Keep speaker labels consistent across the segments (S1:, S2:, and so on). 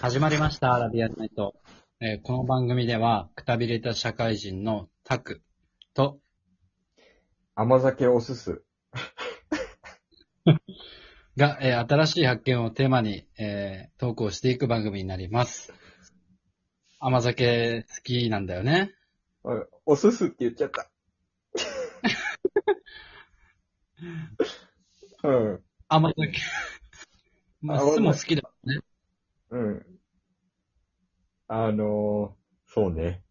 S1: 始まりました、アラビアンナイト。えーこの番組では、くたびれた社会人のタクと、
S2: 甘酒おすす。
S1: が、えー新しい発見をテーマに、えートークをしていく番組になります。甘酒好きなんだよね。
S2: あおすすって言っちゃ った。うん。
S1: 甘酒。 まあ、
S2: 甘酒
S1: 酢も好きだ。
S2: うん。あのー、そうね。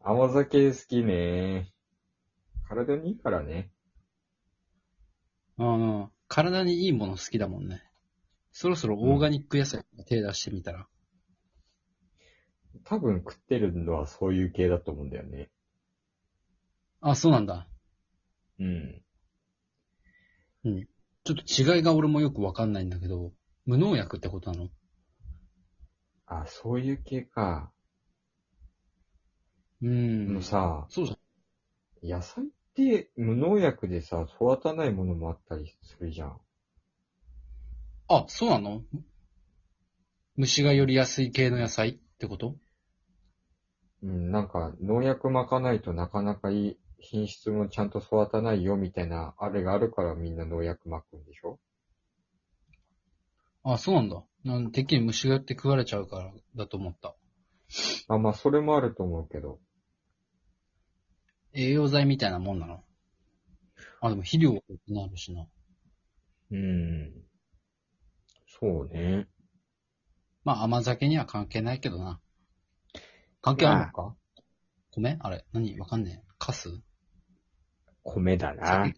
S2: 甘酒好きね。体にいいからね。
S1: うん。体にいいもの好きだもんね。そろそろオーガニック野菜に手出してみたら。
S2: 多分食ってるのはそういう系だと思うんだよね。
S1: あ、そうなんだ。
S2: うん。
S1: ちょっと違いが俺もよくわかんないんだけど、無農薬ってことなの
S2: あ、そういう系か。
S1: う
S2: で
S1: ん
S2: も。さ、
S1: そうじゃん。
S2: 野菜って無農薬でさ、育たないものもあったりするじゃん。
S1: あ、そうなの虫が寄りやすい系の野菜ってこと
S2: うん、なんか農薬まかないとなかなかいい品質もちゃんと育たないよみたいなあれがあるからみんな農薬まくんでしょ
S1: あ、そうなんだ。なんてっきり虫が寄って食われちゃうからだと思った。
S2: あ、まあそれもあると思うけど。
S1: 栄養剤みたいなもんなのあ、でも肥料はなるしな。
S2: うん。そうね。
S1: まあ甘酒には関係ないけどな。関係あるのか米あれ何わかんねえ。カスう
S2: 米だな。
S1: ー。。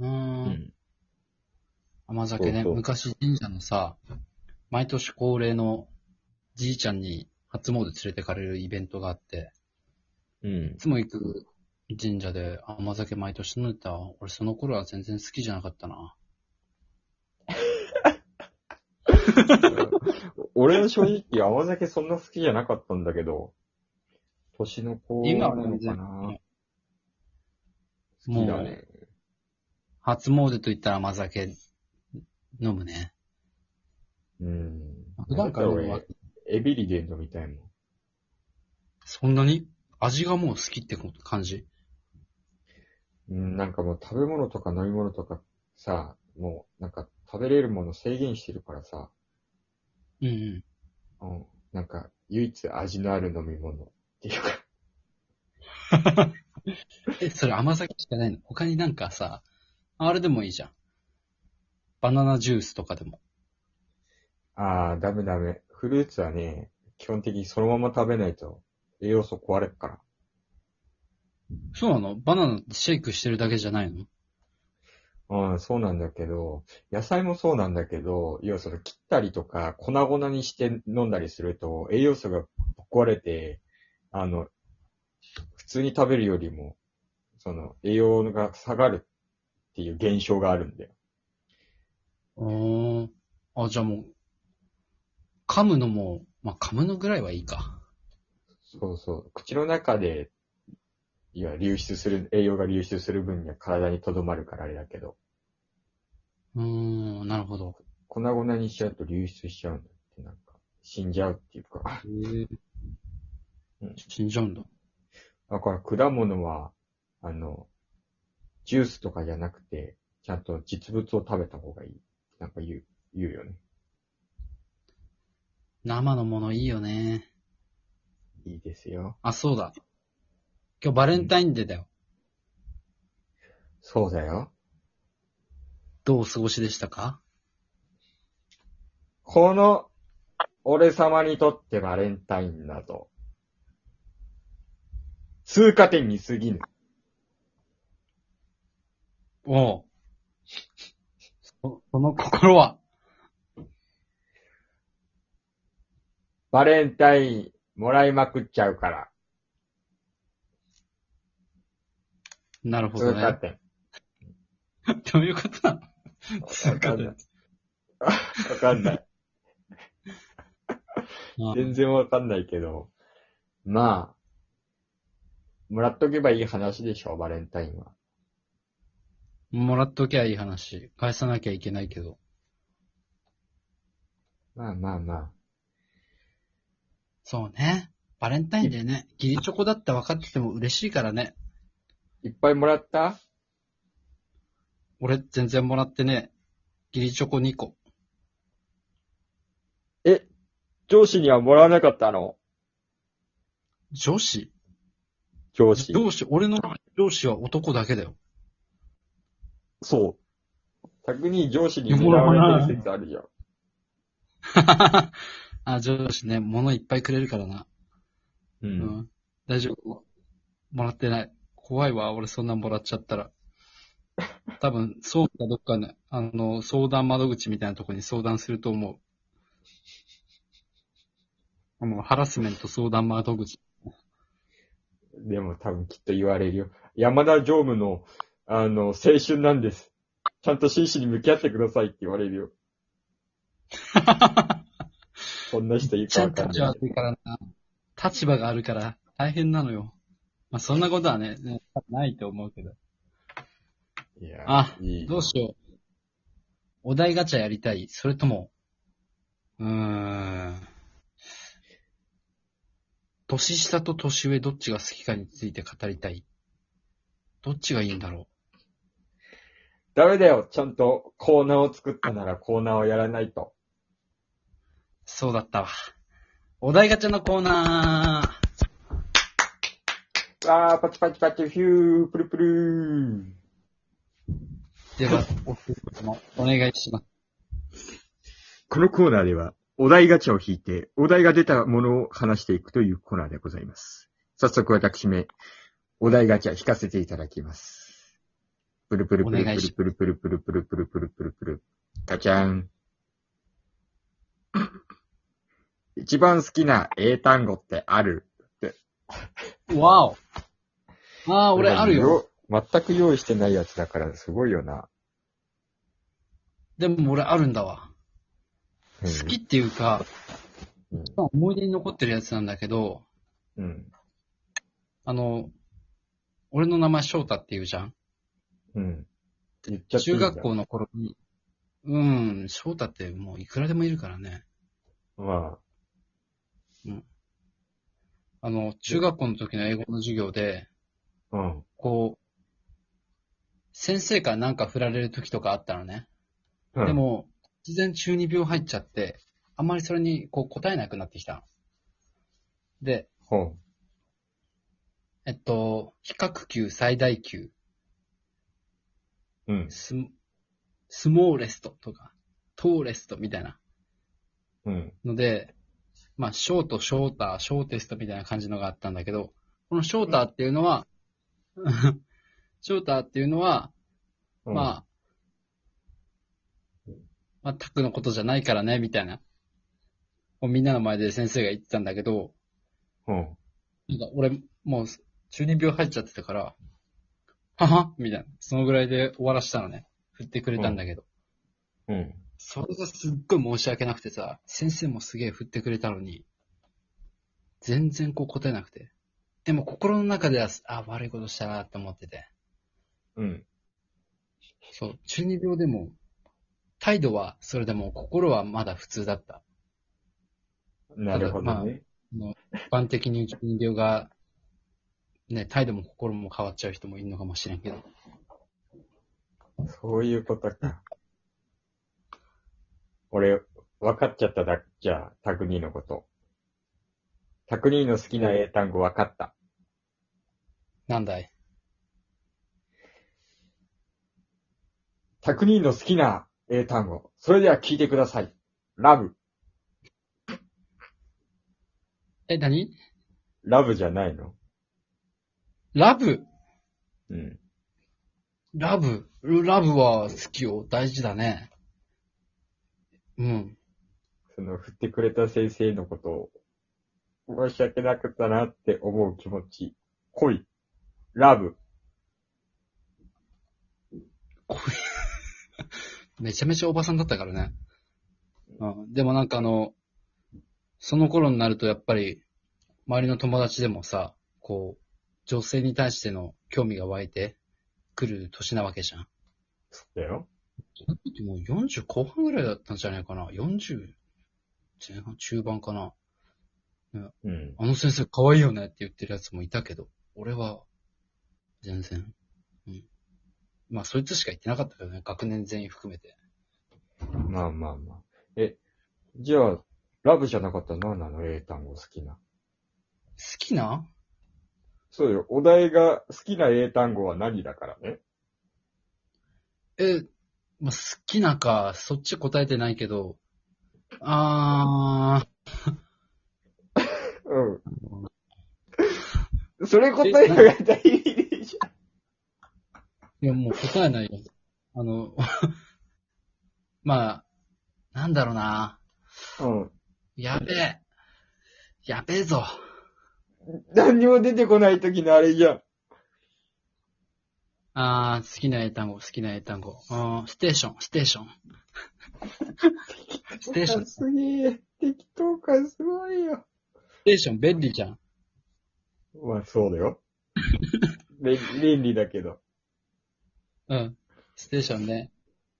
S2: うん
S1: 甘酒ね。
S2: そうそう
S1: 昔神社のさ、毎年恒例のじいちゃんに初詣連れてかれるイベントがあって、
S2: うん
S1: い。つも行く神社で甘酒毎年飲んでた。俺その頃は全然好きじゃなかったな。
S2: 俺は正直甘酒そんな好きじゃなかったんだけど、年の子な
S1: 今は
S2: の
S1: 全然
S2: かな。好
S1: もう
S2: きだね。
S1: 初詣と言ったら甘酒飲むね。
S2: うん。
S1: 普段から俺は
S2: エビリデントみたいもん。
S1: そんなに味がもう好きって感じ
S2: うん、なんかもう食べ物とか飲み物とかさ、もうなんか食べれるもの制限してるからさ、
S1: うんうん。
S2: うん、なんか唯一味のある飲み物っていうか、
S1: え、それ甘酒しかないの他になんかさ、あれでもいいじゃん。バナナジュースとかでも。
S2: あーダメダメ。フルーツはね、基本的にそのまま食べないと栄養素壊れるから。
S1: そうなのバナナってシェイクしてるだけじゃないの
S2: うん、そうなんだけど、野菜もそうなんだけど、要はその切ったりとか粉々にして飲んだりすると栄養素がぶっ壊れて、あの、普通に食べるよりも、その栄養が下がるっていう現象があるんだよ。
S1: おー。あ、じゃあもう、噛むのも、まあ、噛むのぐらいはいいか。
S2: そうそう。口の中で、いや、流出する、栄養が流出する分には体に留まるからあれだけど、
S1: うーん、なるほど。
S2: 粉々にしちゃうと流出しちゃうんだって、なんか、死んじゃうっていうか。うん
S1: 死んじゃうんだ。
S2: だから果物は、あの、ジュースとかじゃなくて、ちゃんと実物を食べた方がいい。なんか言う、言うよね。
S1: 生のものいいよね。
S2: いいですよ。
S1: あ、そうだ。今日バレンタインデーだよ。
S2: そうだよ。
S1: どうお過ごしでしたか
S2: この、俺様にとってバレンタインなど、通過点に過ぎぬ。
S1: おう。そその心は、
S2: バレンタインもらいまくっちゃうから、
S1: なるほど
S2: 通過
S1: ね。
S2: 点。
S1: どういうことなの
S2: わかんない。わかん ない。全然わかんないけど、まあ、もらっとけばいい話でしょ、バレンタインは。
S1: もらっときゃいい話。返さなきゃいけないけど。
S2: まあまあまあ、
S1: そうね。バレンタインデーね。ギリチョコだって分かってても嬉しいからね。
S2: いっぱいもらった
S1: 俺全然もらってね。ギリチョコ2個。
S2: え、上司にはもらわなかったの
S1: 女子
S2: 上司。
S1: 上司、俺の上司は男だけだよ。
S2: そう。逆に上司にもらわれてる説あるじゃん。
S1: あ、上司ね、物いっぱいくれるからな。
S2: う
S1: うん。
S2: ん。
S1: 大丈夫。もらってない。怖いわ、俺そんなんもらっちゃ ったら。多分、そうかどっかね、あの、相談窓口みたいなとこに相談すると思う。もうハラスメント相談窓口。
S2: でも多分きっと言われるよ。山田常務の、あの、青春なんです。ちゃんと真摯に向き合ってくださいって言われるよ。そんな人い る
S1: ち
S2: か
S1: ゃ
S2: わ
S1: んと
S2: かん
S1: 立場
S2: な
S1: あるからな。立場があるから大変なのよ。まあ、そんなことはね、ねないと思うけど。
S2: い。いや
S1: あ
S2: いい
S1: どうしよう。お題ガチャやりたいそれとも、うーん。年下と年上どっちが好きかについて語りたい。どっちがいいんだろ
S2: ダメだよ。ちゃんとコーナーを作ったならコーナーをやらないと。
S1: う。そうだったわ。お題ガチャのコーナー。
S2: わー、パチパチパチ、ヒュー、プルプル
S1: では、お二人ともお願いします。
S2: このコーナーでは、お題ガチャを引いて、お題が出たものを話していくというコーナーでございます。早速私め、お題ガチャ引かせていただきます。プルプルプル
S1: お願いし
S2: プルプルプルプルプルプルプルプルプル。ガチャン。一番好きな英単語ってある
S1: わお。ああ、俺あるよ。。
S2: 全く用意してないやつだからすごいよな。
S1: でも俺あるんだわ。
S2: うん
S1: 好きっていうか、
S2: うん
S1: 思い出に残ってるやつなんだけど、
S2: うん。
S1: あの、俺の名前翔太っていうじゃん
S2: うん。言っちゃってい
S1: 中
S2: いんだ
S1: 学校の頃に、うん、翔太ってもういくらでもいるからね。
S2: ま
S1: あの、中学校の時の英語の授業で、
S2: あ、うん。
S1: こう、先生からなんか振られる時とかあったのね。
S2: うん
S1: で、も、突然中二病入っちゃって、あんまりそれにこう答えなくなってきたの。で、
S2: ほう。
S1: えっと、比較級最大級、
S2: うん。
S1: ス、スモーレストとか、トーレストみたいな。
S2: うん。
S1: ので、まあ、ショート、ショーター、ショーテストみたいな感じのがあったんだけど、このショーターっていうのは、 ショーターっていうのは、
S2: あ、
S1: まあ、まあ、タクのことじゃないからね、みたいな。こうみんなの前で先生が言ってたんだけど、
S2: うん。
S1: なんか俺、もう、中二病入っちゃってたから、ははみたいな。そのぐらいで終わらしたのね。振ってくれたんだけど。
S2: うん。
S1: それがすっごい申し訳なくてさ、先生もすげえ振ってくれたのに、全然こう答えなくて。でも心の中では、あ、悪いことしたなって思ってて。
S2: うん。
S1: そう、中二病でも、態度はそれでも心はまだ普通だった。
S2: なる
S1: ただ
S2: ほど
S1: まあ
S2: ね。
S1: もう一般的に中二病が、ね、態度も心も変わっちゃう人もいるのかもしれんけど。
S2: そういうことか。俺、分かっちゃっただ、じゃあ、タクニーのこと。タクニーの好きな英単語分かった。
S1: なんだい
S2: タクニーの好きな英単語。それでは聞いてください。ラブ。
S1: え、何
S2: ラブじゃないの
S1: ラブ
S2: うん。
S1: ラブラブは好きよ。大事だね。うん。
S2: その、振ってくれた先生のことを、申し訳なかったなって思う気持ち。恋。ラブ。
S1: めちゃめちゃおばさんだったからね。うん、でもなんかあの、その頃になるとやっぱり、周りの友達でもさ、こう、女性に対しての興味が湧いてくる年なわけじゃん。
S2: だよ。
S1: でも40後半ぐらいだったんじゃないかな。40前半中盤かな。
S2: うん。
S1: あの先生可愛いよねって言ってるやつもいたけど、俺は、全然。うん。まあ、そいつしか言ってなかったけどね、学年全員含めて。
S2: まあまあまあ。え、じゃあ、ラブじゃなかったら何なの英単語好きな。
S1: 好きな
S2: そうよ。お題が好きな英単語は何だからね。
S1: え、まあ、好きなか、そっち答えてないけど、あ
S2: うん。それ答えられた意味でしょ。
S1: ー、いや、もう答えないよ。あの、 まあ、なんだろうな。
S2: うん。
S1: やべえ。やべえぞ。
S2: 何にも出てこない時のあれじゃん。
S1: あー、好きな英単語、好きな英単語。あーステーション、ステーション。ステーション、ス
S2: すげえ。適当感すごいよ。
S1: テーション便利じゃん。
S2: まあ、そうだよ。便便利だけど。
S1: うん。ステーションね。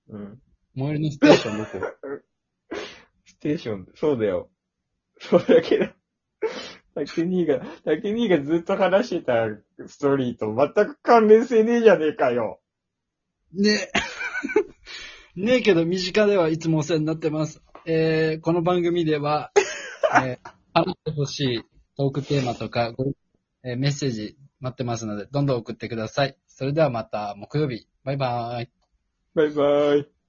S2: うん。
S1: 最寄りのステーションどこ
S2: ステーション、そうだよ。そうだけど。竹兄が、竹兄がずっと話してたストーリーと全く関連性ねえじゃねえかよ。
S1: ね え。ねえけど、身近ではいつもお世話になってます。えー、この番組では、えー、話してほしいトークテーマとか、ごえーメッセージ待ってますので、どんどん送ってください。それではまた木曜日。バイバーイ。
S2: バイバイ。